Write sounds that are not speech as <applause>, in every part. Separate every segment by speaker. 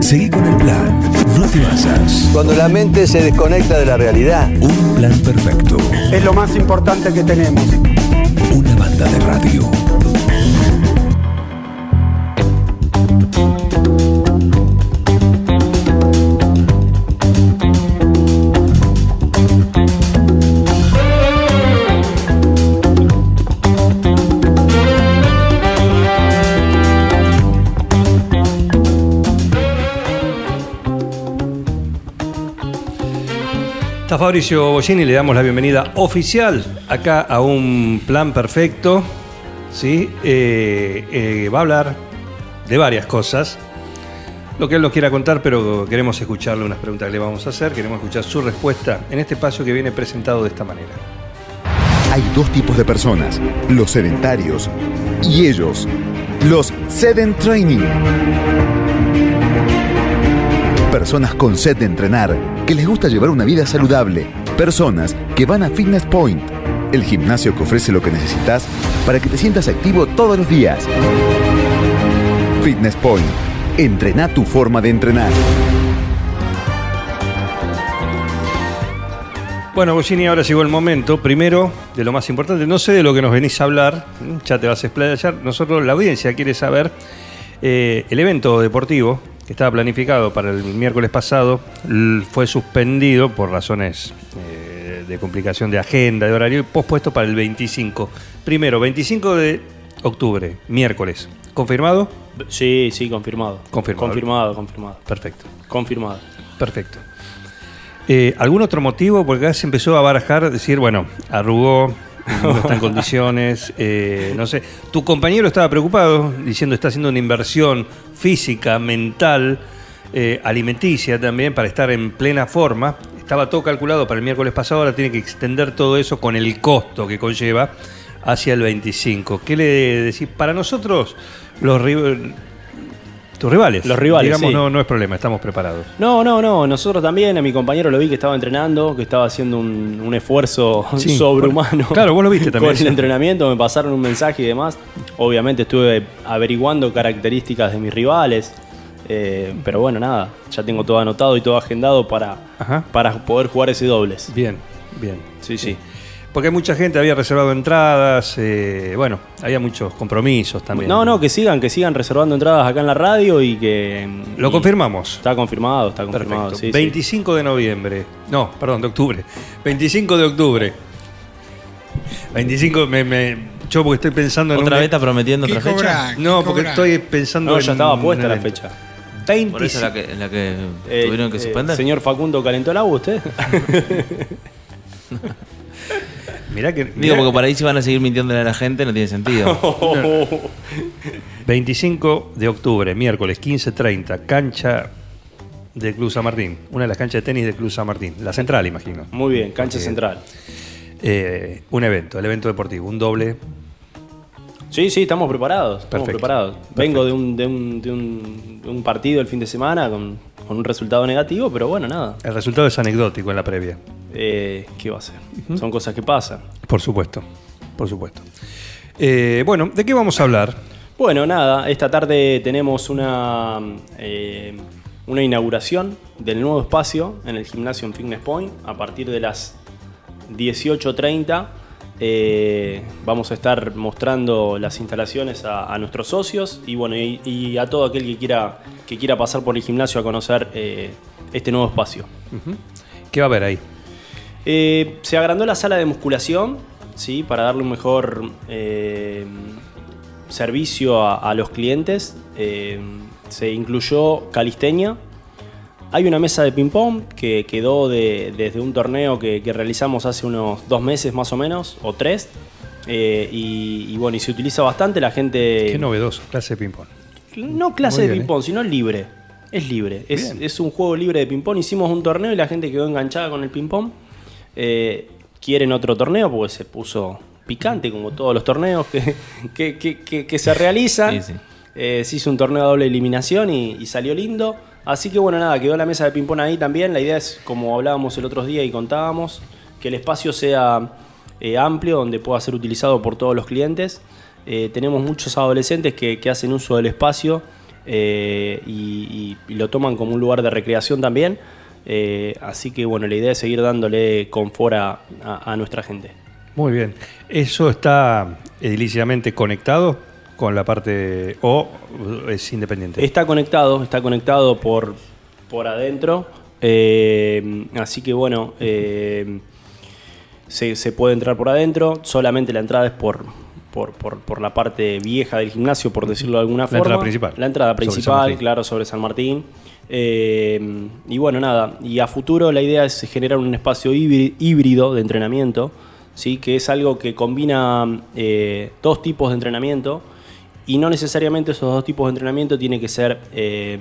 Speaker 1: Seguí con el plan. No te basas.
Speaker 2: Cuando la mente se desconecta de la realidad.
Speaker 1: Un plan perfecto.
Speaker 3: Es lo más importante que tenemos.
Speaker 1: Una banda de radio.
Speaker 4: A Fabricio Bollini, le damos la bienvenida oficial acá a un plan perfecto. ¿sí? Eh, eh, va a hablar de varias cosas. Lo que él nos quiera contar, pero queremos escucharle unas preguntas que le vamos a hacer, queremos escuchar su respuesta en este espacio que viene presentado de esta manera.
Speaker 5: Hay dos tipos de personas, los sedentarios y ellos, los sedent training. Personas con sed de entrenar, que les gusta llevar una vida saludable. Personas que van a Fitness Point, el gimnasio que ofrece lo que necesitas para que te sientas activo todos los días. Fitness Point, entrena tu forma de entrenar.
Speaker 4: Bueno, Bollini, ahora llegó el momento, primero, de lo más importante. No sé de lo que nos venís a hablar, ya te vas a explayar. Nosotros, la audiencia quiere saber eh, el evento deportivo que estaba planificado para el miércoles pasado l- fue suspendido por razones eh, de complicación de agenda, de horario, y pospuesto para el 25. Primero, 25 de octubre, miércoles. ¿Confirmado?
Speaker 6: Sí, sí, confirmado.
Speaker 4: Confirmado.
Speaker 6: Confirmado, confirmado.
Speaker 4: Perfecto,
Speaker 6: Confirmado.
Speaker 4: perfecto. Eh, ¿Algún otro motivo? Porque acá se empezó a barajar, decir, bueno, arrugó, <laughs> no está en condiciones, eh, no sé. Tu compañero estaba preocupado, diciendo está haciendo una inversión física, mental, eh, alimenticia también, para estar en plena forma. Estaba todo calculado para el miércoles pasado, ahora tiene que extender todo eso con el costo que conlleva hacia el 25. ¿Qué le decís? Para nosotros, los ri- tus rivales.
Speaker 6: Los rivales,
Speaker 4: Digamos,
Speaker 6: sí.
Speaker 4: no, no es problema, estamos preparados.
Speaker 6: No, no, no. Nosotros también, a mi compañero lo vi que estaba entrenando, que estaba haciendo un, un esfuerzo <laughs>
Speaker 4: Sí,
Speaker 6: sobrehumano.
Speaker 4: por- claro, vos lo viste también,
Speaker 6: <laughs> Con
Speaker 4: sí.
Speaker 6: el entrenamiento, me pasaron un mensaje y demás. Obviamente estuve averiguando características de mis rivales. eh, pero bueno, nada. Ya tengo todo anotado y todo agendado para,
Speaker 4: Ajá.
Speaker 6: para poder jugar ese dobles.
Speaker 4: Bien, bien.
Speaker 6: Sí, sí.
Speaker 4: Porque mucha gente había reservado entradas, eh, bueno, había muchos compromisos también.
Speaker 6: No, no, que sigan, que sigan reservando entradas acá en la radio y que.
Speaker 4: Lo
Speaker 6: y-
Speaker 4: confirmamos.
Speaker 6: Está confirmado, está confirmado.
Speaker 4: Perfecto.
Speaker 6: sí, sí.
Speaker 4: 25 de noviembre. No, perdón, de octubre. 25 de octubre. 25, me, me- yo porque estoy pensando en
Speaker 7: Otra
Speaker 4: un-
Speaker 7: vez está prometiendo
Speaker 8: ¿Qué
Speaker 7: otra fecha.
Speaker 8: cobra?
Speaker 4: No,
Speaker 8: ¿Qué
Speaker 4: porque
Speaker 8: cobran?
Speaker 4: estoy pensando
Speaker 6: No,
Speaker 4: en
Speaker 6: ya estaba
Speaker 4: un
Speaker 6: puesta la
Speaker 4: evento.
Speaker 6: fecha.
Speaker 7: Por
Speaker 4: 25.
Speaker 7: eso es la que, la que
Speaker 6: Eh,
Speaker 7: tuvieron que
Speaker 6: eh,
Speaker 7: suspender.
Speaker 6: señor Facundo, ¿calentó el
Speaker 4: <laughs>
Speaker 6: agua usted?
Speaker 4: Mirá que
Speaker 7: Digo,
Speaker 4: mirá-
Speaker 7: porque para ahí si van a seguir mintiéndole a la gente no tiene
Speaker 9: <laughs>
Speaker 7: sentido.
Speaker 4: 25 de octubre, miércoles 15:30, cancha de Club San Martín, una de las canchas de tenis de Club San Martín, la central, imagino.
Speaker 6: Muy bien, cancha
Speaker 4: Porque-
Speaker 6: central.
Speaker 4: Eh, un evento, el evento deportivo, un doble.
Speaker 6: Sí, sí, estamos preparados. Estamos
Speaker 4: Perfecto,
Speaker 6: preparados. Vengo de un, de, un, de un- de un partido el fin de semana con, con un resultado negativo, pero bueno, nada.
Speaker 4: El resultado es anecdótico en la previa,
Speaker 6: Eh, ¿Qué va a ser? Son cosas que pasan.
Speaker 4: por supuesto, por supuesto. Eh, bueno, ¿de qué vamos a hablar?
Speaker 6: Bueno, nada, esta tarde tenemos una, eh, una inauguración del nuevo espacio en el gimnasio en Fitness Point. A partir de las 18.30 eh, vamos a estar mostrando las instalaciones a, a nuestros socios y bueno, y, y a todo aquel que quiera, que quiera pasar por el gimnasio a conocer eh, este nuevo espacio.
Speaker 4: ¿Qué va a haber ahí?
Speaker 6: Eh, se agrandó la sala de musculación, ¿sí? Para darle un mejor eh, servicio a, a los clientes. Eh, se incluyó calistenia. Hay una mesa de ping-pong que quedó de- desde un torneo que, que realizamos hace unos dos meses más o menos, o tres. Eh, y, y bueno, y se utiliza bastante la gente.
Speaker 4: Qué novedoso, clase de ping-pong.
Speaker 6: No clase
Speaker 4: Muy
Speaker 6: de
Speaker 4: bien, ¿eh?
Speaker 6: ping-pong, sino libre. Es libre. Es, es un juego libre de ping-pong. Hicimos un torneo y la gente quedó enganchada con el ping-pong. Eh, quieren otro torneo porque se puso picante, como todos los torneos que, que- que- que- que se realizan.
Speaker 7: Sí, sí.
Speaker 6: Eh, se hizo un torneo de doble eliminación y, y salió lindo. Así que bueno, nada, quedó la mesa de ping-pong ahí también. La idea es, como hablábamos el otro día y contábamos, que el espacio sea eh, amplio, donde pueda ser utilizado por todos los clientes. Eh, tenemos muchos adolescentes que, que hacen uso del espacio eh, y, y- y lo toman como un lugar de recreación también. Eh, así que bueno, la idea es seguir dándole confort a, a- a nuestra gente.
Speaker 4: Muy bien. ¿Eso está ediliciamente conectado con la parte o es independiente?
Speaker 6: Está conectado, está conectado por, por adentro. eh, así que bueno, eh, se, se puede entrar por adentro. Solamente la entrada es por, por, por- por la parte vieja del gimnasio, por decirlo de alguna
Speaker 4: La
Speaker 6: forma.
Speaker 4: entrada principal.
Speaker 6: La entrada
Speaker 4: Sobre San
Speaker 6: principal,
Speaker 4: Martín.
Speaker 6: claro, sobre San Martín. Eh, y bueno, nada. Y a futuro la idea es generar un espacio híbri- híbrido de entrenamiento, ¿sí? que es algo que combina eh, dos tipos de entrenamiento. Y no necesariamente esos dos tipos de entrenamiento tienen que ser eh,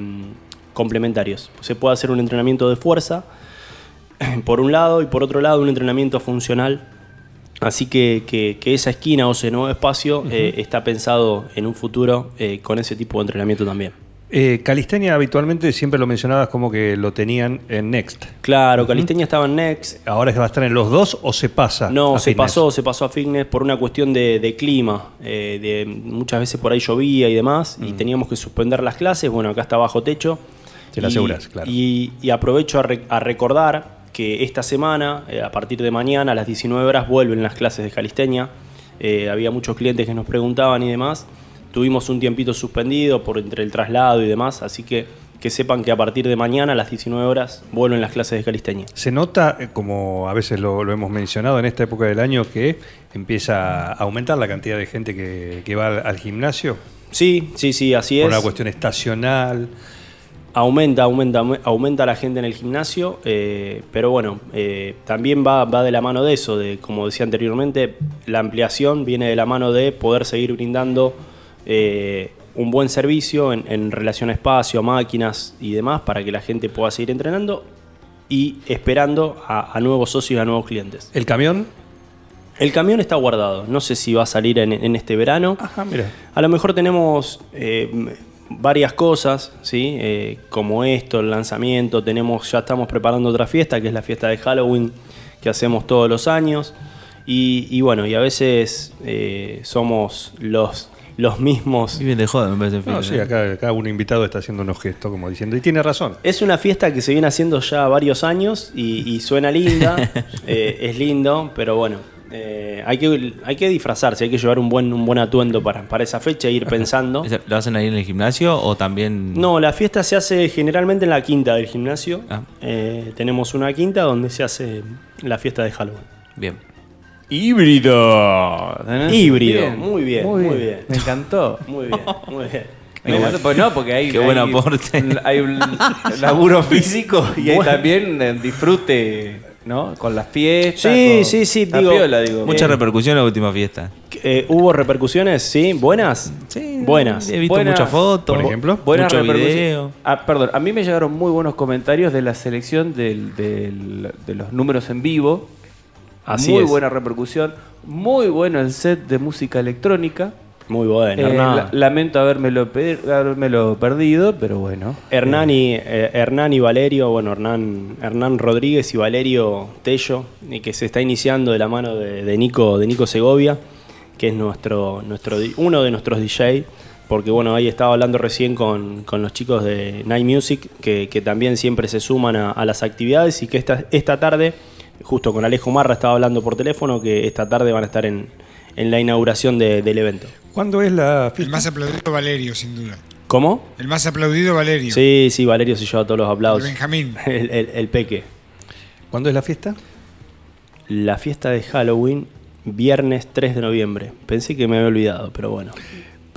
Speaker 6: complementarios. Se puede hacer un entrenamiento de fuerza, por un lado, y por otro lado, un entrenamiento funcional. Así que, que- que esa esquina o ese nuevo espacio eh, está pensado en un futuro eh, con ese tipo de entrenamiento también.
Speaker 4: Eh, Calistenia habitualmente siempre lo mencionabas como que lo tenían en Next.
Speaker 6: Claro, Calistenia estaba en Next,
Speaker 4: ¿Ahora va a estar en los dos o se pasa?
Speaker 6: No,
Speaker 4: a
Speaker 6: se
Speaker 4: fitness?
Speaker 6: pasó, se pasó a fitness por una cuestión de, de clima. eh, de, muchas veces por ahí llovía y demás,
Speaker 4: Mm.
Speaker 6: y teníamos que suspender las clases. Bueno, acá está bajo techo.
Speaker 4: Te lo
Speaker 6: Y-
Speaker 4: aseguras, claro.
Speaker 6: Y, y aprovecho a, re- a recordar que esta semana, eh, a partir de mañana, a las 19 horas, vuelven las clases de calistenia. Eh, había muchos clientes que nos preguntaban y demás. Tuvimos un tiempito suspendido por entre el traslado y demás, así que que sepan que a partir de mañana, a las 19 horas, vuelven las clases de calistenia.
Speaker 4: Se nota, eh, como a veces lo, lo hemos mencionado en esta época del año, que empieza a aumentar la cantidad de gente que, que va al, al gimnasio
Speaker 6: Sí, sí, sí, así es.
Speaker 4: por una cuestión estacional.
Speaker 6: Aumenta, aumenta, aume- aumenta la gente en el gimnasio, eh, pero bueno, eh, también va, va de la mano de eso, de como decía anteriormente, la ampliación viene de la mano de poder seguir brindando eh, un buen servicio en, en relación a espacio, a máquinas y demás, para que la gente pueda seguir entrenando y esperando a, a nuevos socios y a nuevos clientes.
Speaker 4: ¿El camión?
Speaker 6: El camión está guardado, no sé si va a salir en, en este verano.
Speaker 4: Ajá, mira.
Speaker 6: A lo mejor tenemos eh, m- varias cosas, ¿sí? Eh, como esto, el lanzamiento, tenemos, ya estamos preparando otra fiesta, que es la fiesta de Halloween que hacemos todos los años. Y, y bueno, y a veces eh, somos los, los mismos.
Speaker 7: Viven de joda, me parece. en
Speaker 4: No,
Speaker 7: fitness,
Speaker 4: sí,
Speaker 7: ¿eh?
Speaker 4: acá, acá un invitado está haciendo unos gestos como diciendo, y tiene razón.
Speaker 6: Es una fiesta que se viene haciendo ya varios años y, y suena linda,
Speaker 9: <laughs>
Speaker 6: eh, es lindo, pero bueno, eh, hay, que, hay que disfrazarse, hay que llevar un buen, un buen atuendo para, para esa fecha
Speaker 9: <laughs>
Speaker 6: e ir pensando.
Speaker 7: Esa- ¿Lo hacen ahí en el gimnasio o también.?
Speaker 6: No, la fiesta se hace generalmente en la quinta del gimnasio.
Speaker 7: Ah.
Speaker 6: Eh, tenemos una quinta donde se hace la fiesta de Halloween.
Speaker 7: Bien.
Speaker 8: Híbrido.
Speaker 9: Ah,
Speaker 6: Híbrido, muy bien, muy bien.
Speaker 9: Me encantó.
Speaker 6: Muy bien, muy bien.
Speaker 9: <laughs> Me encantó, pues no, porque hay.
Speaker 7: Qué buen
Speaker 9: hay-
Speaker 7: aporte.
Speaker 9: Hay un
Speaker 7: <laughs>
Speaker 9: laburo físico y hay
Speaker 6: Bueno.
Speaker 9: también eh, disfrute, ¿no? Con las fiestas.
Speaker 6: Sí,
Speaker 9: con-
Speaker 6: sí, sí,
Speaker 9: <laughs> Está
Speaker 6: digo,
Speaker 9: piola, digo.
Speaker 7: Mucha
Speaker 9: Eh,
Speaker 7: repercusión en la última fiesta.
Speaker 6: Eh, ¿Hubo repercusiones? ¿Sí? ¿Buenas? Buenas.
Speaker 7: He visto
Speaker 9: Buenas.
Speaker 7: muchas fotos.
Speaker 4: Por ejemplo.
Speaker 9: Buenas
Speaker 7: mucho
Speaker 9: repercusiones.
Speaker 7: video.
Speaker 9: Ah, perdón, a mí me llegaron muy buenos comentarios de la selección del- del- de los números en vivo.
Speaker 6: Así
Speaker 9: muy
Speaker 6: es.
Speaker 9: buena repercusión. Muy bueno el set de música electrónica.
Speaker 6: Muy buenas,
Speaker 9: Eh,
Speaker 6: Hernán.
Speaker 9: la- lamento habérmelo, pe- habérmelo perdido, pero bueno.
Speaker 6: Hernán y, eh, Hernán y Valerio, bueno, Hernán, Hernán Rodríguez y Valerio Tello, y que se está iniciando de la mano de, de Nico, de Nico Segovia, que es nuestro, nuestro di- uno de nuestros DJ, porque bueno, ahí estaba hablando recién con, con los chicos de Night Music, que, que también siempre se suman a, a las actividades y que esta, esta tarde, justo con Alejo Marra estaba hablando por teléfono, que esta tarde van a estar en, en la inauguración de- del evento.
Speaker 4: ¿Cuándo es la
Speaker 10: El
Speaker 4: fiesta?
Speaker 10: más aplaudido Valerio, sin duda.
Speaker 6: ¿Cómo?
Speaker 10: El más aplaudido Valerio.
Speaker 6: Sí, sí, Valerio se lleva todos los
Speaker 10: El
Speaker 6: aplausos.
Speaker 10: Benjamín.
Speaker 6: <laughs> El- el- el peque.
Speaker 4: ¿Cuándo es la fiesta?
Speaker 6: La fiesta de Halloween, viernes 3 de noviembre. Pensé que me había olvidado, pero bueno.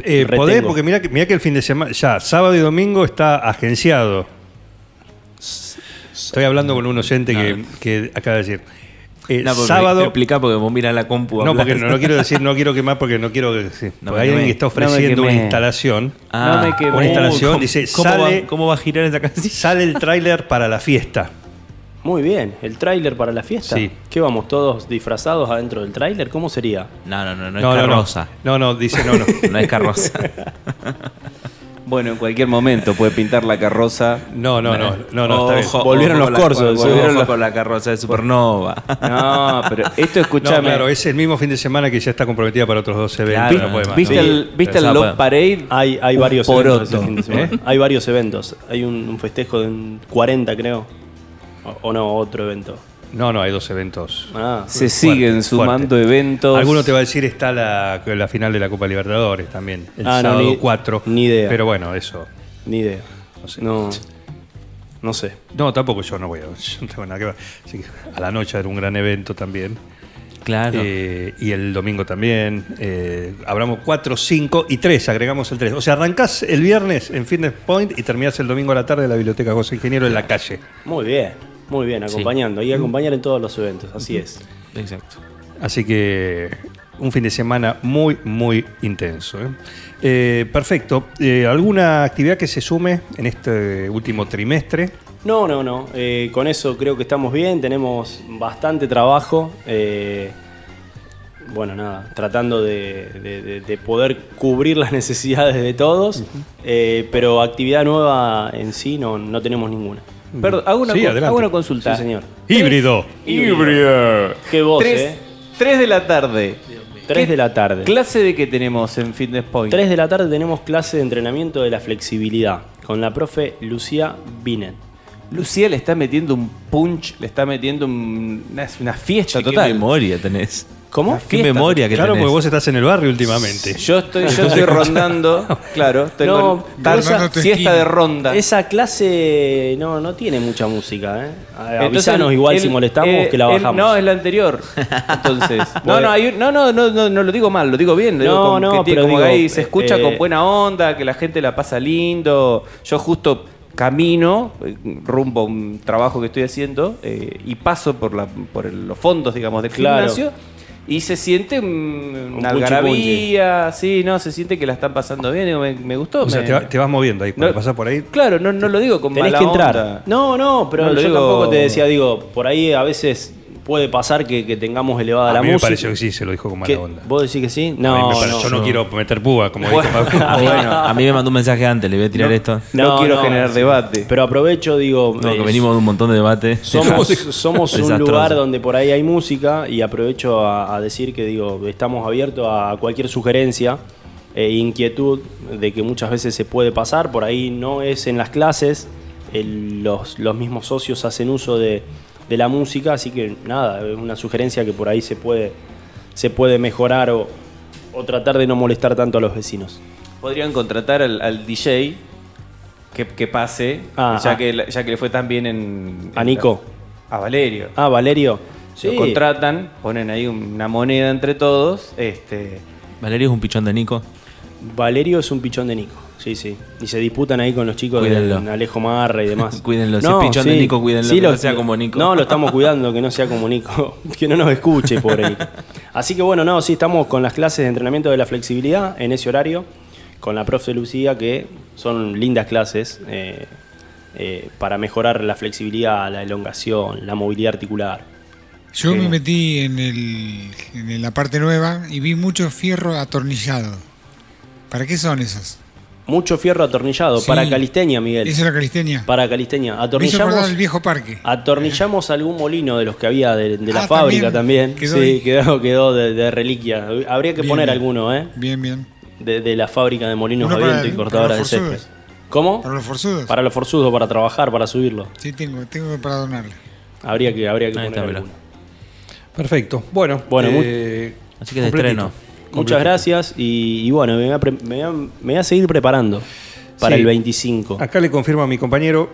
Speaker 4: Eh,
Speaker 6: Retengo.
Speaker 4: podés, porque mira que, mirá que el fin de semana, ya, sábado y domingo está agenciado. Estoy hablando con un oyente que, que acaba de decir. Eh,
Speaker 7: No, porque
Speaker 4: sábado.
Speaker 7: Explica porque vos mirás la compu.
Speaker 4: No,
Speaker 7: hablas.
Speaker 4: porque no lo quiero decir, no quiero quemar porque no quiero que. sí, porque
Speaker 7: No me
Speaker 4: hay alguien
Speaker 7: quemé,
Speaker 4: que está
Speaker 9: no me
Speaker 4: ofreciendo una
Speaker 9: quemé.
Speaker 4: instalación.
Speaker 7: Ah,
Speaker 9: No me quemé.
Speaker 4: Una instalación,
Speaker 7: Uh, ¿cómo-
Speaker 4: dice,
Speaker 7: ¿cómo,
Speaker 4: sale-
Speaker 7: va, ¿Cómo va a girar esa canción?
Speaker 4: Sale el tráiler para la fiesta.
Speaker 6: Muy bien, el tráiler para la fiesta.
Speaker 4: Sí.
Speaker 6: ¿Qué vamos todos disfrazados adentro del tráiler? ¿Cómo sería?
Speaker 7: <laughs> No, no, no, no es carroza.
Speaker 4: No, no, dice no, no.
Speaker 7: No es carroza.
Speaker 9: Bueno, en cualquier momento puede pintar la carroza.
Speaker 4: No, no, no, no, no, está bien.
Speaker 7: Ojo,
Speaker 6: Volvieron los
Speaker 7: ojo con la-
Speaker 6: corsos,
Speaker 7: Volvieron
Speaker 6: ojo
Speaker 7: los- con la carroza de Supernova.
Speaker 9: No, pero esto
Speaker 4: No,
Speaker 9: escuchame.
Speaker 4: claro, es el mismo fin de semana que ya está comprometida para otros dos eventos.
Speaker 7: Claro.
Speaker 4: no puede más,
Speaker 9: ¿Viste
Speaker 4: ¿no?
Speaker 9: el, ¿viste el
Speaker 7: Pensaba,
Speaker 9: Love Parade?
Speaker 6: Hay, hay
Speaker 9: Un
Speaker 6: varios eventos.
Speaker 9: poroto.
Speaker 6: este fin de semana.
Speaker 4: ¿Eh?
Speaker 6: Hay varios eventos. Hay un, un festejo de un 40, creo. O, o no, otro evento.
Speaker 4: No, no, hay dos eventos.
Speaker 6: Ah,
Speaker 9: Se siguen sumando eventos.
Speaker 4: Alguno te va a decir está la, la final de la Copa Libertadores también, el
Speaker 6: Ah, no,
Speaker 4: sábado
Speaker 6: ni-
Speaker 4: 4.
Speaker 6: ni idea.
Speaker 4: Pero bueno, eso.
Speaker 6: ni idea.
Speaker 4: No sé.
Speaker 6: No, no sé.
Speaker 4: No, tampoco yo no voy a. <laughs> yo no tengo nada que ver. Así que a la noche era un gran evento también.
Speaker 7: Claro.
Speaker 4: Eh, y el domingo también. Eh, hablamos 4, 5 y 3, agregamos el 3. O sea, arrancás el viernes en Fitness Point y terminás el domingo a la tarde en la biblioteca José Ingeniero en la calle.
Speaker 6: Muy bien, muy bien, acompañando. Hay que acompañar en todos los eventos, así es.
Speaker 7: Exacto.
Speaker 4: Así que un fin de semana muy, muy intenso. ¿eh? Eh, perfecto. Eh, ¿Alguna actividad que se sume en este último trimestre?
Speaker 6: No, no, no. Eh, con eso creo que estamos bien. Tenemos bastante trabajo. eh, bueno, nada, tratando de, de- de- de poder cubrir las <laughs> necesidades de todos. eh, pero actividad nueva en sí no, no tenemos ninguna.
Speaker 9: Perdón, hago una,
Speaker 4: Sí,
Speaker 9: co-
Speaker 4: adelante.
Speaker 9: hago una consulta.
Speaker 6: Sí, señor.
Speaker 4: Híbrido.
Speaker 9: Híbrido.
Speaker 6: Qué voz,
Speaker 9: Tres,
Speaker 6: eh.
Speaker 9: tres de la tarde.
Speaker 6: 3 de la tarde.
Speaker 9: ¿Clase de qué tenemos en Fitness Point?
Speaker 6: 3 de la tarde tenemos clase de entrenamiento de la flexibilidad con la profe Lucía Binet.
Speaker 9: Lucía le está metiendo un punch, le está metiendo un- una, es una fiesta
Speaker 7: Qué
Speaker 9: total.
Speaker 7: memoria tenés.
Speaker 9: ¿Cómo?
Speaker 7: Qué
Speaker 9: Fiesta.
Speaker 7: memoria que
Speaker 4: Claro,
Speaker 7: tenés.
Speaker 4: porque vos estás en el barrio últimamente.
Speaker 9: Yo estoy, yo estoy rondando, claro, tengo
Speaker 6: No,
Speaker 9: tarde-
Speaker 10: Fernando, tu
Speaker 9: siesta
Speaker 10: esquina.
Speaker 9: de ronda.
Speaker 6: Esa clase no, no tiene mucha música, ¿eh? A-
Speaker 9: Entonces,
Speaker 6: avisanos igual
Speaker 9: el-
Speaker 6: si molestamos
Speaker 9: eh,
Speaker 6: que la
Speaker 9: el-
Speaker 6: bajamos.
Speaker 9: no, es la anterior.
Speaker 6: <laughs>
Speaker 9: Entonces, no, no, hay un- no, no, no, no, no lo digo mal, lo digo bien. lo digo
Speaker 6: No,
Speaker 9: con-
Speaker 6: no,
Speaker 9: que tiene-
Speaker 6: pero
Speaker 9: como
Speaker 6: digo,
Speaker 9: que ahí se
Speaker 6: eh,
Speaker 9: escucha
Speaker 6: eh,
Speaker 9: con buena onda, que la gente la pasa lindo. Yo justo camino eh, rumbo a un trabajo que estoy haciendo eh, y paso por, la, por el- los fondos, digamos, del
Speaker 6: Claro.
Speaker 9: gimnasio. Y se siente un-
Speaker 6: Un
Speaker 9: una
Speaker 6: punchi
Speaker 9: algarabía, sí, no, se siente que la están pasando bien, digo, me, me gustó.
Speaker 4: O sea,
Speaker 9: me-
Speaker 4: te, va- te vas moviendo ahí. Cuando
Speaker 9: No,
Speaker 4: pasás por ahí,
Speaker 9: Claro, no, no lo digo con
Speaker 6: Tenés
Speaker 9: mala
Speaker 6: que entrar.
Speaker 9: onda.
Speaker 6: No, no, pero
Speaker 9: No, lo
Speaker 6: yo
Speaker 9: digo-
Speaker 6: tampoco te decía, digo, por ahí a veces puede pasar que, que tengamos elevada
Speaker 4: a
Speaker 6: la
Speaker 4: mí me
Speaker 6: música.
Speaker 4: pareció que sí, se lo dijo con
Speaker 6: ¿Qué?
Speaker 4: mala onda.
Speaker 6: ¿Vos decís que sí?
Speaker 4: A mí
Speaker 6: No,
Speaker 4: me pareció-
Speaker 6: no,
Speaker 4: yo no,
Speaker 6: no.
Speaker 4: quiero meter púa, como dijo
Speaker 7: Ah,
Speaker 4: Pablo.
Speaker 7: bueno, <laughs> a mí me mandó un mensaje antes, le voy a tirar esto.
Speaker 9: No quiero generar debate.
Speaker 6: Pero aprovecho, digo,
Speaker 7: No,
Speaker 6: eh,
Speaker 7: que venimos de un montón de debate.
Speaker 6: Somos, <laughs> somos un
Speaker 7: Desastroso.
Speaker 6: lugar donde por ahí hay música y aprovecho a, a decir que digo, estamos abiertos a cualquier sugerencia e inquietud de que muchas veces se puede pasar, por ahí no es en las clases, el- los, los mismos socios hacen uso de, de la música, así que nada, es una sugerencia que por ahí se puede, se puede mejorar o, o tratar de no molestar tanto a los vecinos.
Speaker 9: Podrían contratar al, al DJ que, que pase,
Speaker 6: Ah,
Speaker 9: ya,
Speaker 6: ah.
Speaker 9: que, la- ya que le fue tan bien en...
Speaker 6: A
Speaker 9: en-
Speaker 6: Nico.
Speaker 9: A Valerio.
Speaker 6: Ah, Valerio,
Speaker 9: Lo contratan, ponen ahí una moneda entre todos. Este,
Speaker 7: Valerio es un pichón de Nico.
Speaker 6: Valerio es un pichón de Nico. Sí, sí. Y se disputan ahí con los chicos
Speaker 7: Cuídenlo.
Speaker 6: de Alejo Marra y demás.
Speaker 7: <laughs> Cuídenlo. Si es pichón de Nico, cuídenlo, que no sea como Nico.
Speaker 6: No, lo estamos cuidando, que no sea como Nico. <laughs> que no nos escuche, pobre Nico. Así que bueno, no, sí, estamos con las clases de entrenamiento de la flexibilidad en ese horario, con la profe Lucía, que son lindas clases eh, eh, para mejorar la flexibilidad, la elongación, la movilidad articular.
Speaker 10: Yo me metí en, el, en la parte nueva y vi mucho fierro atornillado. ¿Para qué son esos?
Speaker 6: Mucho fierro atornillado.
Speaker 10: Sí.
Speaker 6: Para calisteña, Miguel.
Speaker 10: ¿Eso es la calistenia?
Speaker 6: Para calisteña.
Speaker 10: Me hizo
Speaker 6: Atornillamos.
Speaker 10: acordar el viejo parque.
Speaker 6: Atornillamos algún molino de los que había de, de la
Speaker 10: Ah,
Speaker 6: fábrica
Speaker 10: también.
Speaker 6: también.
Speaker 10: Quedó
Speaker 6: sí,
Speaker 10: ahí.
Speaker 6: quedó, quedó de, de reliquia. Habría que
Speaker 10: Bien,
Speaker 6: poner
Speaker 10: bien.
Speaker 6: alguno, ¿eh?
Speaker 10: Bien, bien.
Speaker 6: De, de la fábrica de molinos
Speaker 10: Uno
Speaker 6: de
Speaker 10: para
Speaker 6: viento y
Speaker 10: el- para
Speaker 6: cortadoras de
Speaker 10: los
Speaker 6: césped.
Speaker 10: forzudos.
Speaker 6: ¿Cómo?
Speaker 10: ¿Para los forzudos?
Speaker 6: Para los forzudos, para trabajar, para subirlo.
Speaker 10: Sí, tengo, tengo para donarle.
Speaker 6: Habría que, habría que
Speaker 7: Ahí está,
Speaker 6: poner
Speaker 7: mirá.
Speaker 6: alguno.
Speaker 4: Perfecto. Bueno,
Speaker 6: Bueno, muy-
Speaker 4: eh,
Speaker 7: Así que de
Speaker 4: completito.
Speaker 7: estreno.
Speaker 6: Muchas gracias y, y bueno, me voy, a pre- me, voy a, me voy a seguir preparando para
Speaker 4: Sí. Ah,
Speaker 6: el 25.
Speaker 4: Acá le confirmo a mi compañero,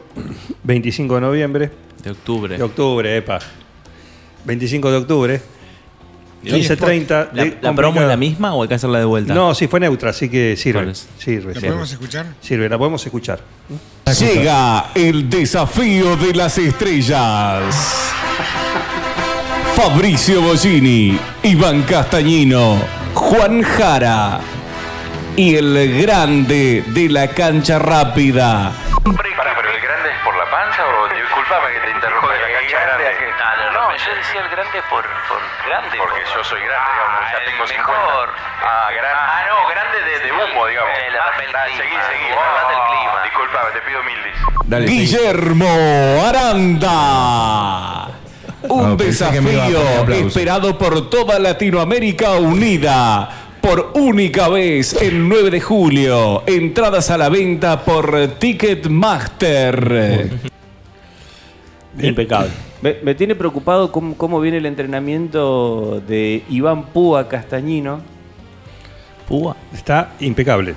Speaker 4: 25 de noviembre,
Speaker 7: De octubre.
Speaker 4: de octubre, epa. 15 de octubre,
Speaker 10: Bien.
Speaker 4: 15.30.
Speaker 7: ¿La,
Speaker 4: de-
Speaker 7: la promo es la misma o hay que hacerla de vuelta?
Speaker 4: No, sí, fue neutra, así que sirve.
Speaker 7: ¿Cuál es?
Speaker 4: Sirve,
Speaker 10: ¿Lo
Speaker 4: sirve.
Speaker 10: podemos escuchar?
Speaker 4: Sirve, la podemos escuchar.
Speaker 8: Llega el desafío de las estrellas. Fabricio Bollini, Iván Castañino, Juan Jara y el grande de la cancha rápida.
Speaker 11: Pará, pero el grande. por la panza o disculpame que te interrumpa?
Speaker 12: Por la cancha grande.
Speaker 11: No, yo decía el grande por, por grande. Porque yo soy grande, digamos, ya tengo 50. Ah, gran- ah, no, grande de, de humo, digamos. Ah, ah, seguí, seguí. clima. Disculpame, te pido mil dis.
Speaker 8: Guillermo Aranda. Un
Speaker 13: Ah, No, pensé que me iba a
Speaker 8: desafío
Speaker 13: poner aplausos.
Speaker 8: esperado por toda Latinoamérica unida. Por única vez el 9 de julio. Entradas a la venta por Ticketmaster.
Speaker 6: Impecable.
Speaker 9: Me, me tiene preocupado cómo, cómo viene el entrenamiento de Iván Púa Castañino.
Speaker 4: Púa. Está impecable.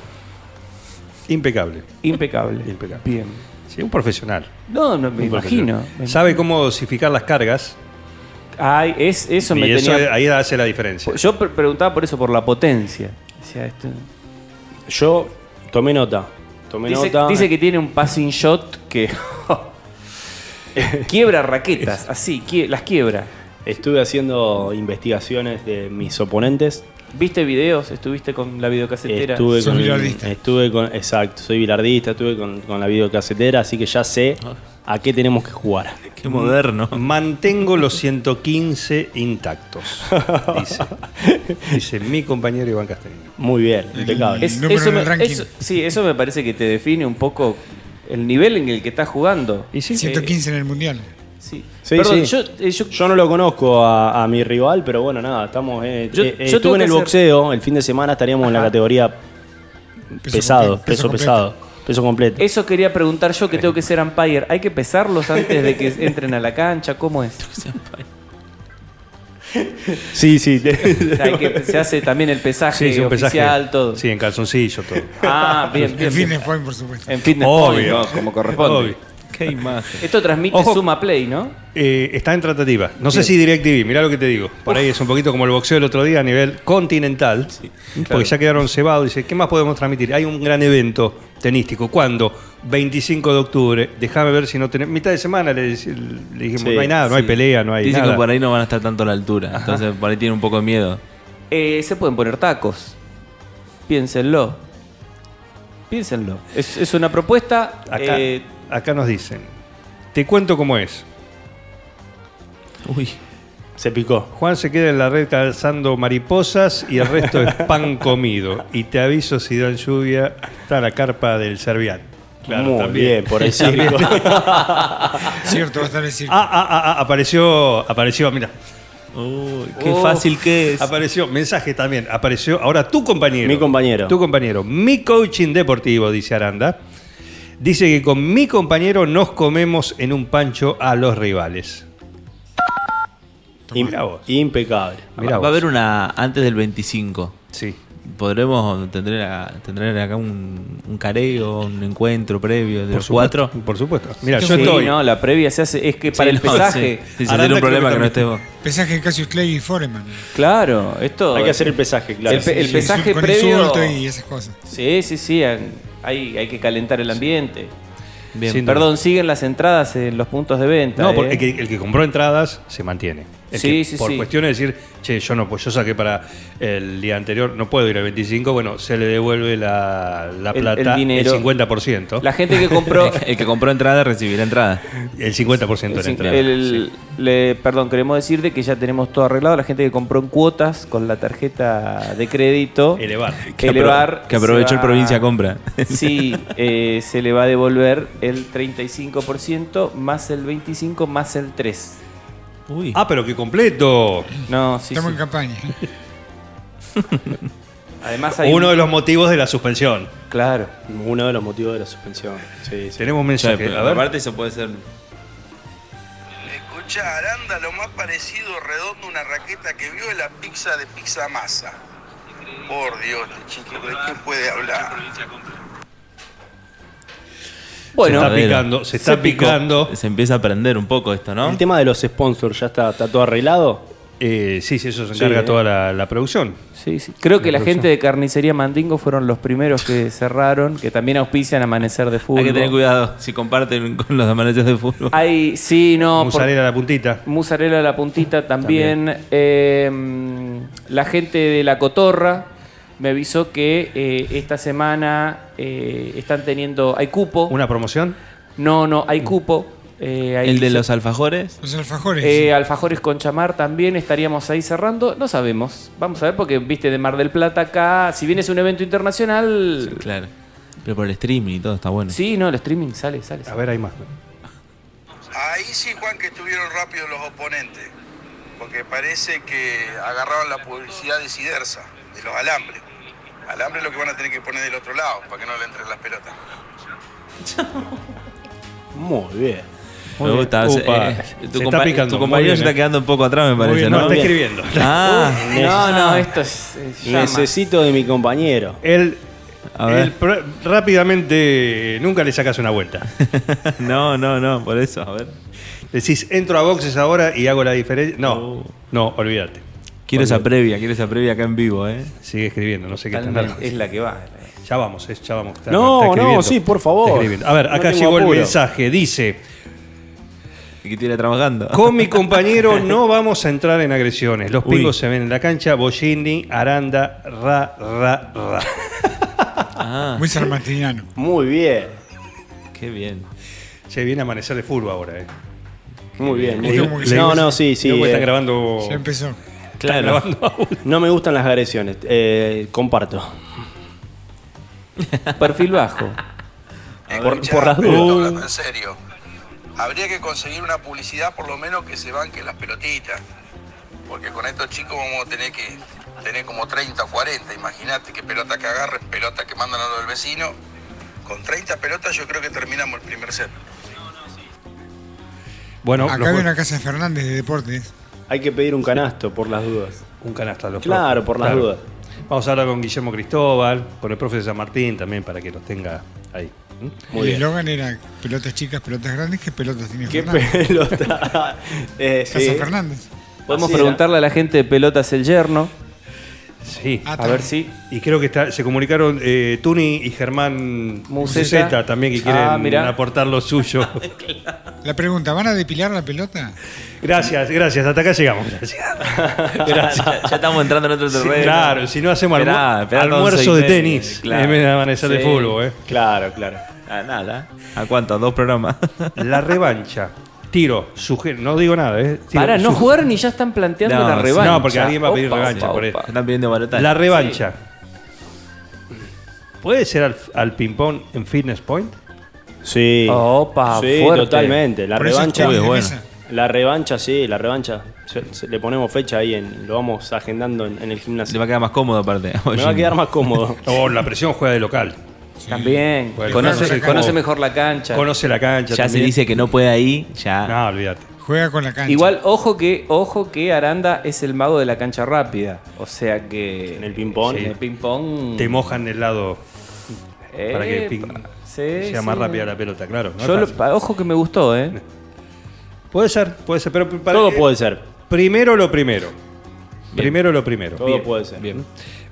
Speaker 4: Impecable.
Speaker 9: Impecable.
Speaker 4: Impecable.
Speaker 9: Bien.
Speaker 4: Sí, un profesional.
Speaker 9: No, no me
Speaker 4: Un profesional.
Speaker 9: imagino.
Speaker 4: Sabe cómo dosificar las cargas.
Speaker 9: Ay, es, eso
Speaker 4: y
Speaker 9: me
Speaker 4: eso
Speaker 9: tenía-
Speaker 4: ahí hace la diferencia.
Speaker 9: Yo pre- preguntaba por eso, por la potencia. Decía, esto-
Speaker 6: Yo tomé nota. Tomé
Speaker 9: Dice,
Speaker 6: nota.
Speaker 9: dice que tiene un passing shot que <laughs> quiebra raquetas, así, quie- las quiebra.
Speaker 6: Estuve haciendo investigaciones de mis oponentes.
Speaker 9: ¿Viste videos? ¿Estuviste con la videocasetera?
Speaker 6: Estuve con, estuve con- Exacto, soy bilardista, estuve con, con la videocasetera, así que ya sé
Speaker 9: Ah.
Speaker 6: a qué tenemos que jugar.
Speaker 4: Qué moderno. Mantengo los 115 intactos. Dice, dice mi compañero Iván Castellino.
Speaker 6: Muy bien, impecable.
Speaker 9: Es- eso me- eso- sí, eso me parece que te define un poco el nivel en el que estás jugando.
Speaker 10: 115 en el mundial.
Speaker 9: Sí.
Speaker 6: Sí,
Speaker 9: Perdón,
Speaker 6: sí.
Speaker 9: yo-
Speaker 6: yo, no lo conozco a, a mi rival, pero bueno, nada, estamos. eh,
Speaker 9: Yo-
Speaker 6: eh, eh,
Speaker 9: yo tengo
Speaker 6: estuve en
Speaker 9: que
Speaker 6: el
Speaker 9: hacer-
Speaker 6: boxeo, el fin de semana estaríamos en la categoría pesado, peso,
Speaker 9: completo, peso
Speaker 6: pesado, peso completo.
Speaker 9: Eso quería preguntar yo que tengo que ser umpire. ¿Hay que pesarlos antes de que entren a la cancha? ¿Cómo es?
Speaker 6: Sí, sí.
Speaker 9: O sea, hay que- se hace también el pesaje
Speaker 4: Sí, sí, un
Speaker 9: oficial,
Speaker 4: pesaje.
Speaker 9: todo.
Speaker 4: Sí, en calzoncillo, todo.
Speaker 9: Ah, bien, bien.
Speaker 10: En
Speaker 9: bien.
Speaker 10: Fitness Point, por supuesto.
Speaker 9: En fitness
Speaker 4: Obvio.
Speaker 9: point, ¿no? como corresponde.
Speaker 4: Obvio.
Speaker 7: Qué imagen.
Speaker 9: Esto transmite
Speaker 4: Ojo.
Speaker 9: Suma Play, ¿no?
Speaker 4: Eh, está en tratativa. No sé
Speaker 9: Bien.
Speaker 4: si DirecTV, mirá lo que te digo. Por ahí es un poquito como el boxeo del otro día a nivel continental. Porque ya quedaron cebados. Dice, ¿qué más podemos transmitir? Hay un gran evento tenístico. ¿Cuándo? 25 de octubre. Déjame ver si no tenemos. Mitad de semana le, dec- le dijimos,
Speaker 7: Sí,
Speaker 4: no hay nada, no
Speaker 7: sí.
Speaker 4: hay pelea, no hay
Speaker 7: Dicen
Speaker 4: nada.
Speaker 7: que por ahí no van a estar tanto a la altura. Entonces por ahí tienen un poco de miedo.
Speaker 9: Eh, se pueden poner tacos. Piénsenlo. Piénsenlo. Es, es una propuesta.
Speaker 4: Acá,
Speaker 9: eh,
Speaker 4: acá nos dicen. Te cuento cómo es.
Speaker 7: Uy.
Speaker 6: Se picó.
Speaker 4: Juan se queda en la red alzando mariposas y el resto
Speaker 7: <laughs>
Speaker 4: es pan comido. Y te aviso si dan lluvia, está la carpa del Servián.
Speaker 6: Muy bien,
Speaker 9: <laughs>
Speaker 6: por el circo.
Speaker 10: Cierto, va a estar el circo.
Speaker 4: Ah, ah, ah, ah, apareció, apareció, mira.
Speaker 7: qué Oh. fácil que es.
Speaker 4: Apareció, mensaje también, apareció ahora tu compañero.
Speaker 6: Mi compañero.
Speaker 4: Tu compañero. Mi coaching deportivo, dice Aranda. Dice que con mi compañero nos comemos en un pancho a los rivales.
Speaker 6: Im- impecable.
Speaker 4: Mirá
Speaker 7: va a
Speaker 4: vos.
Speaker 7: haber una antes del 25.
Speaker 4: Sí.
Speaker 7: Podremos tener, a- tener acá un, un careo, un encuentro previo de los
Speaker 4: supuesto,
Speaker 7: cuatro.
Speaker 4: Por supuesto. Mira,
Speaker 7: Sí,
Speaker 4: yo estoy.
Speaker 7: no,
Speaker 9: la previa se hace. Es que
Speaker 7: para el pesaje- Sí, sí,
Speaker 4: Aranda
Speaker 7: tiene un
Speaker 4: creo
Speaker 7: problema que no
Speaker 4: también.
Speaker 7: estemos.
Speaker 10: Pesaje Cassius Clay y Foreman.
Speaker 9: Claro, esto.
Speaker 6: Hay que hacer el pesaje, claro.
Speaker 9: El, pe- el
Speaker 10: Sí,
Speaker 9: pesaje
Speaker 10: con
Speaker 9: previo.
Speaker 10: insulto y esas cosas.
Speaker 9: Sí, sí, sí. han- Hay, hay que calentar el ambiente.
Speaker 4: Bien. Sin duda.
Speaker 9: Perdón, siguen las entradas en los puntos de venta.
Speaker 4: No,
Speaker 9: ¿eh?
Speaker 4: porque el que, el que compró entradas se mantiene. El
Speaker 9: Sí,
Speaker 4: que
Speaker 9: sí,
Speaker 4: por
Speaker 9: sí.
Speaker 4: cuestiones de decir, che, yo no, pues yo saqué para el día anterior, no puedo ir al 25, bueno, se le devuelve la, la
Speaker 9: El-
Speaker 4: plata,
Speaker 9: el dinero.
Speaker 4: 50%.
Speaker 9: La gente que
Speaker 4: <laughs>
Speaker 9: compró.
Speaker 7: El que compró entrada recibirá entrada.
Speaker 4: el 50% de la
Speaker 9: Sí,
Speaker 4: entrada.
Speaker 9: el- le- perdón, queremos decir de que ya tenemos todo arreglado. La gente que compró en cuotas con la tarjeta de
Speaker 4: <laughs>
Speaker 9: crédito.
Speaker 4: Elevar.
Speaker 9: Que elevar.
Speaker 7: apro- que aprovechó
Speaker 9: se
Speaker 7: el provincia compra.
Speaker 9: Sí, eh, se le va a devolver el 35% más el 25% más el 3%.
Speaker 7: <laughs> Uy.
Speaker 4: Ah, pero que completo.
Speaker 9: No, sí,
Speaker 10: Estamos
Speaker 9: sí.
Speaker 10: en campaña.
Speaker 9: <laughs> Además hay
Speaker 4: Uno de los motivos de la suspensión.
Speaker 9: Claro.
Speaker 6: Uno de los motivos de la suspensión. Sí, sí.
Speaker 4: Tenemos un mensaje. A ver.
Speaker 7: eso puede ser.
Speaker 14: Escucha, Aranda, lo más parecido redondo a una raqueta que vio es la pizza de pizza masa. Por Dios, este chico, ¿de qué puede hablar?
Speaker 9: Bueno,
Speaker 4: se está picando, se está
Speaker 7: picó.
Speaker 4: picando.
Speaker 7: Se empieza a aprender un poco esto, ¿no?
Speaker 6: El tema de los sponsors ya está, está todo arreglado.
Speaker 4: Eh, sí, sí, eso se encarga
Speaker 6: Sí, eh.
Speaker 4: toda la, la producción.
Speaker 9: Sí, sí. Creo que
Speaker 4: La
Speaker 9: la
Speaker 4: producción.
Speaker 9: gente de Carnicería Mandingo fueron los primeros que cerraron, que también auspician Amanecer de Fútbol.
Speaker 7: Hay que tener cuidado si comparten <laughs> con los amaneceres de fútbol.
Speaker 9: Hay- sí, no. por-
Speaker 4: Musarela a la puntita.
Speaker 9: Musarela a la puntita también. Eh, la gente de La Cotorra me avisó que eh, esta semana eh, están teniendo. Hay cupo.
Speaker 4: Una promoción.
Speaker 9: No, no, hay cupo. eh, hay-
Speaker 7: ¿El de los alfajores?
Speaker 10: Los alfajores.
Speaker 9: Eh, alfajores con chamar también estaríamos ahí cerrando. No sabemos. Vamos a ver porque, viste, de Mar del Plata acá, si bien es un evento internacional... Sí,
Speaker 7: Claro. Pero por el streaming y todo está bueno.
Speaker 9: no, el streaming sale, sale. A
Speaker 4: ver, hay más.
Speaker 14: Ahí sí, Juan, que estuvieron rápidos los oponentes, porque parece que agarraron la publicidad de Sidersa, de los alambres. Alambre es lo que van a tener que poner del otro lado para que no le entren las pelotas.
Speaker 6: Muy bien.
Speaker 7: Me gusta.
Speaker 4: Upa.
Speaker 7: eh, eh,
Speaker 4: Se
Speaker 7: tu,
Speaker 4: está
Speaker 7: compa-
Speaker 4: picando,
Speaker 7: tu
Speaker 4: muy
Speaker 7: compañero
Speaker 4: bien,
Speaker 7: se está
Speaker 4: eh.
Speaker 7: quedando un poco atrás, me
Speaker 4: Muy
Speaker 7: parece.
Speaker 4: bien,
Speaker 7: ¿no?
Speaker 4: no, está escribiendo.
Speaker 7: Ah,
Speaker 6: Uy, no, no, esto es. es llama.
Speaker 4: Necesito
Speaker 6: de mi compañero.
Speaker 4: Él,
Speaker 7: A ver.
Speaker 4: él pr- rápidamente nunca le sacas una vuelta.
Speaker 7: <laughs> no, no, no, por eso, a ver.
Speaker 4: Decís, entro a boxes ahora y hago la diferencia. No,
Speaker 6: Oh.
Speaker 4: no, olvídate.
Speaker 7: Quiero esa previa, quiero esa previa acá en vivo, ¿eh?
Speaker 4: Sigue escribiendo, no sé qué
Speaker 9: Totalmente,
Speaker 4: está
Speaker 9: es la que va.
Speaker 4: Ya vamos, es- ya vamos. Está-
Speaker 6: No,
Speaker 4: está
Speaker 6: no,
Speaker 4: escribiendo.
Speaker 6: sí, por favor.
Speaker 4: Está escribiendo. A ver,
Speaker 6: No
Speaker 4: acá
Speaker 6: tengo
Speaker 4: llegó
Speaker 6: apuro.
Speaker 4: el mensaje. Dice,
Speaker 7: Y que tira trabajando.
Speaker 4: con mi
Speaker 6: <laughs>
Speaker 4: compañero no vamos a entrar en agresiones. Los pingos se ven en la cancha. Bollini, Aranda, ra, ra, ra.
Speaker 10: Muy salmantiniano.
Speaker 6: Muy bien.
Speaker 7: Qué bien.
Speaker 4: Che, viene a amanecer de furbo ahora, eh.
Speaker 6: Muy bien. muy
Speaker 4: Le-
Speaker 6: bien.
Speaker 4: le-
Speaker 6: No, no, sí, sí.
Speaker 4: Digo que
Speaker 6: eh,
Speaker 4: están grabando...
Speaker 10: Ya empezó.
Speaker 6: claro. No me gustan las agresiones. eh, comparto.
Speaker 9: Perfil bajo.
Speaker 6: Por, por las dudas.
Speaker 14: En serio, habría que conseguir una publicidad por lo menos que se banque las pelotitas, porque con estos chicos vamos a tener que tener como 30 o 40, imagínate que pelota que agarren, pelota que mandan a lo del vecino. Con 30 pelotas yo creo que terminamos el primer set.
Speaker 4: Bueno,
Speaker 10: Acá
Speaker 4: los-
Speaker 10: hay una casa de Fernández de deportes.
Speaker 6: Hay que pedir un canasto por las dudas.
Speaker 4: un canasta. Los
Speaker 6: Claro,
Speaker 4: profes.
Speaker 6: por las
Speaker 4: Claro.
Speaker 6: dudas.
Speaker 4: Vamos a hablar con Guillermo Cristóbal, con el profe de San Martín también, para que los tenga ahí. ¿Mm?
Speaker 6: Muy
Speaker 10: el
Speaker 6: bien.
Speaker 10: eslogan era pelotas chicas, pelotas grandes, ¿qué pelotas tiene
Speaker 6: <laughs> Qué
Speaker 10: Fernández?
Speaker 6: <laughs> pelota. Eh,
Speaker 10: Casa
Speaker 6: Ah, sí.
Speaker 10: Fernández.
Speaker 9: Podemos
Speaker 6: Así era.
Speaker 9: preguntarle a la gente de Pelotas el Yerno.
Speaker 4: Sí.
Speaker 10: Ah,
Speaker 9: A ver si.
Speaker 4: Y creo que está- se comunicaron eh, Tuni y Germán
Speaker 9: Museta.
Speaker 4: Museta también que
Speaker 9: Ah,
Speaker 4: quieren
Speaker 9: mirá.
Speaker 4: aportar lo suyo.
Speaker 10: La pregunta, ¿van a depilar la pelota?
Speaker 4: Gracias, gracias. Hasta acá llegamos. Gracias.
Speaker 7: <laughs> ya, ya estamos entrando en otro
Speaker 4: Sí,
Speaker 7: terreno.
Speaker 4: claro, si no hacemos almu-
Speaker 7: Esperá, esperá con
Speaker 4: almuerzo de
Speaker 7: seis meses,
Speaker 4: tenis
Speaker 7: claro.
Speaker 4: en vez de amanecer de
Speaker 7: Sí.
Speaker 4: fútbol. ¿eh?
Speaker 6: Claro, claro.
Speaker 7: Ah, nada. ¿A cuánto? ¿A dos <laughs> programas?
Speaker 4: La revancha. Tiro, sugiero, no digo nada. ¿eh? Tiro,
Speaker 9: Para, no
Speaker 4: sugiero.
Speaker 9: jugaron y ya están planteando
Speaker 7: No,
Speaker 9: la
Speaker 7: sí.
Speaker 9: revancha.
Speaker 4: No, porque alguien va a pedir revancha por eso.
Speaker 7: Están pidiendo balotaje.
Speaker 4: La revancha. ¿Puede ser al, al ping-pong en Fitness Point?
Speaker 6: Sí.
Speaker 9: Opa,
Speaker 6: sí,
Speaker 9: fuerte.
Speaker 6: totalmente. La
Speaker 10: Por eso
Speaker 6: revancha.
Speaker 10: estuve,
Speaker 7: Uy, bueno.
Speaker 10: mesa.
Speaker 6: La revancha, sí, la revancha. Se- se- le ponemos fecha ahí, en, lo vamos agendando en, en el
Speaker 7: Le
Speaker 6: gimnasio.
Speaker 7: va a quedar más cómodo aparte.
Speaker 6: Me va a quedar más
Speaker 4: <laughs>
Speaker 6: cómodo.
Speaker 4: O la presión juega de local.
Speaker 9: También.
Speaker 4: Bueno,
Speaker 9: conoce,
Speaker 4: claro,
Speaker 10: sí,
Speaker 9: conoce
Speaker 4: como-
Speaker 9: mejor la cancha.
Speaker 4: Conoce la cancha.
Speaker 7: Ya se
Speaker 4: también.
Speaker 7: dice que no puede ahí, ya.
Speaker 4: No, olvídate.
Speaker 10: Juega con la cancha.
Speaker 9: Igual, ojo que, ojo que Aranda es el mago de la cancha rápida. O sea que.
Speaker 6: En el ping-pong.
Speaker 9: En el ping-pong.
Speaker 4: Te mojan el lado
Speaker 9: Eh,
Speaker 4: para que ping-
Speaker 9: sí,
Speaker 4: sea más
Speaker 9: sí.
Speaker 4: rápida la pelota, claro. no es
Speaker 9: Yo lo-
Speaker 4: fácil.
Speaker 9: pa- ojo que me gustó, ¿eh?
Speaker 4: Puede ser, puede ser, pero para-
Speaker 6: Todo
Speaker 4: eh,
Speaker 6: puede ser.
Speaker 4: Primero lo primero. Primero lo primero.
Speaker 6: Todo puede ser.
Speaker 4: Bien.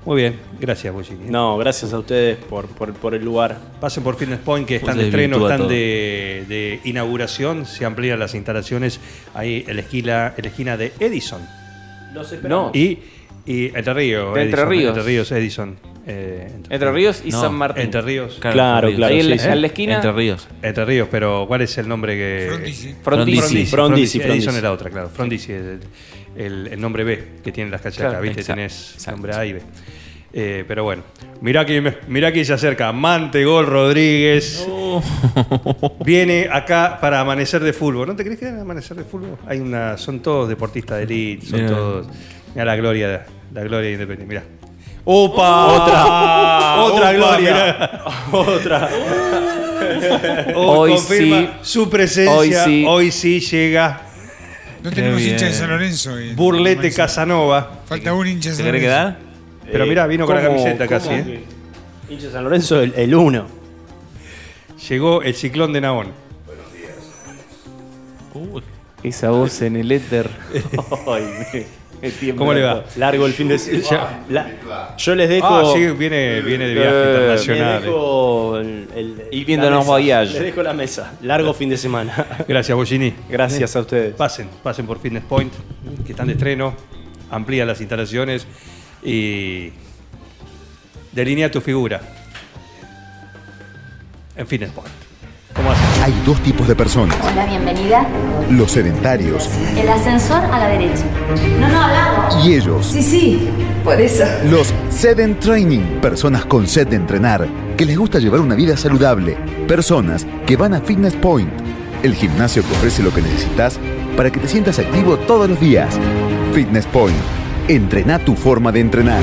Speaker 4: Muy bien, gracias, Bullini.
Speaker 6: No, gracias a ustedes por, por, por el lugar.
Speaker 4: Pasen por Fitness Point, que están
Speaker 7: Pues
Speaker 4: de estreno,
Speaker 7: desvirtúa
Speaker 4: están
Speaker 7: todo.
Speaker 4: de, de inauguración. Se amplían las instalaciones ahí en la esquina, en la esquina de Edison.
Speaker 6: Los
Speaker 9: esperamos.
Speaker 4: Y, y Entre Ríos.
Speaker 9: De Entre
Speaker 4: Edison, ¿eh?
Speaker 9: Ríos.
Speaker 4: Entre Ríos, Edison. eh,
Speaker 9: Entre Ríos y
Speaker 7: No,
Speaker 9: San Martín.
Speaker 4: Entre Ríos.
Speaker 6: Claro,
Speaker 7: Entre Ríos.
Speaker 6: claro,
Speaker 9: Ahí en, la,
Speaker 6: sí, sí.
Speaker 9: en la esquina.
Speaker 7: Entre Ríos.
Speaker 4: Entre Ríos, pero ¿cuál es el nombre que...?
Speaker 10: Frondizi.
Speaker 9: Frondizi.
Speaker 7: Frondizi.
Speaker 6: Frondizi,
Speaker 4: Edison
Speaker 6: Frondizi.
Speaker 4: es la otra, claro. Frondizi es el, el- el nombre B que tienen las calles
Speaker 7: Claro,
Speaker 4: acá, ¿viste?
Speaker 7: exacto,
Speaker 4: Tenés
Speaker 7: exacto.
Speaker 4: nombre A y B. Eh, pero bueno, mirá que, me- mirá que se acerca Mantegol Rodríguez. Viene acá para amanecer de fútbol. ¿No te crees que van a amanecer de fútbol? Hay una, son todos deportistas de elite, son
Speaker 7: Mirá.
Speaker 4: todos. Mirá la gloria, la gloria de Independiente, mirá.
Speaker 9: <laughs>
Speaker 4: ¡Opa! Otra, otra gloria. Otra.
Speaker 9: Hoy
Speaker 4: Hoy confirma
Speaker 9: sí.
Speaker 4: su presencia.
Speaker 9: Hoy sí.
Speaker 4: Hoy sí llega
Speaker 10: No tenemos
Speaker 7: bien.
Speaker 10: hincha de San Lorenzo. eh.
Speaker 4: Burlete
Speaker 10: Falta
Speaker 4: Casanova.
Speaker 10: Falta un hincha de
Speaker 7: ¿Se
Speaker 10: San
Speaker 7: quiere
Speaker 10: Lorenzo.
Speaker 7: quedar?
Speaker 4: Pero mirá, vino con la camiseta casi, ¿eh?
Speaker 6: Hincha San Lorenzo, el,
Speaker 4: <laughs>
Speaker 6: el uno.
Speaker 4: Llegó el ciclón de Nahón.
Speaker 9: Esa voz en el éter.
Speaker 6: Ay, me- me tiembla
Speaker 4: ¿Cómo le va?
Speaker 6: todo. Largo el fin de semana. La- Yo les dejo.
Speaker 4: Ah, sí, viene, viene de viaje
Speaker 9: Eh,
Speaker 4: internacional.
Speaker 6: Les dejo el, el-
Speaker 9: Y viendo
Speaker 6: la
Speaker 9: los
Speaker 6: mesa.
Speaker 9: voyages.
Speaker 6: Les dejo la mesa. Largo fin de semana.
Speaker 4: eh. Gracias, Bollini.
Speaker 6: Gracias a ustedes.
Speaker 4: Pasen, pasen por Fitness Point, que están de estreno. Amplía las instalaciones y delinea tu figura en Fitness Point.
Speaker 5: Hay dos tipos de personas,
Speaker 9: Hola, bienvenida.
Speaker 5: los sedentarios
Speaker 9: El ascensor a la derecha. No, no, al lado.
Speaker 5: y ellos.
Speaker 9: Sí, sí, por eso.
Speaker 5: Los Sedent Training, personas con sed de entrenar, que les gusta llevar una vida saludable, personas que van a Fitness Point, el gimnasio que ofrece lo que necesitas para que te sientas activo todos los días. Fitness Point, entrena tu forma de entrenar.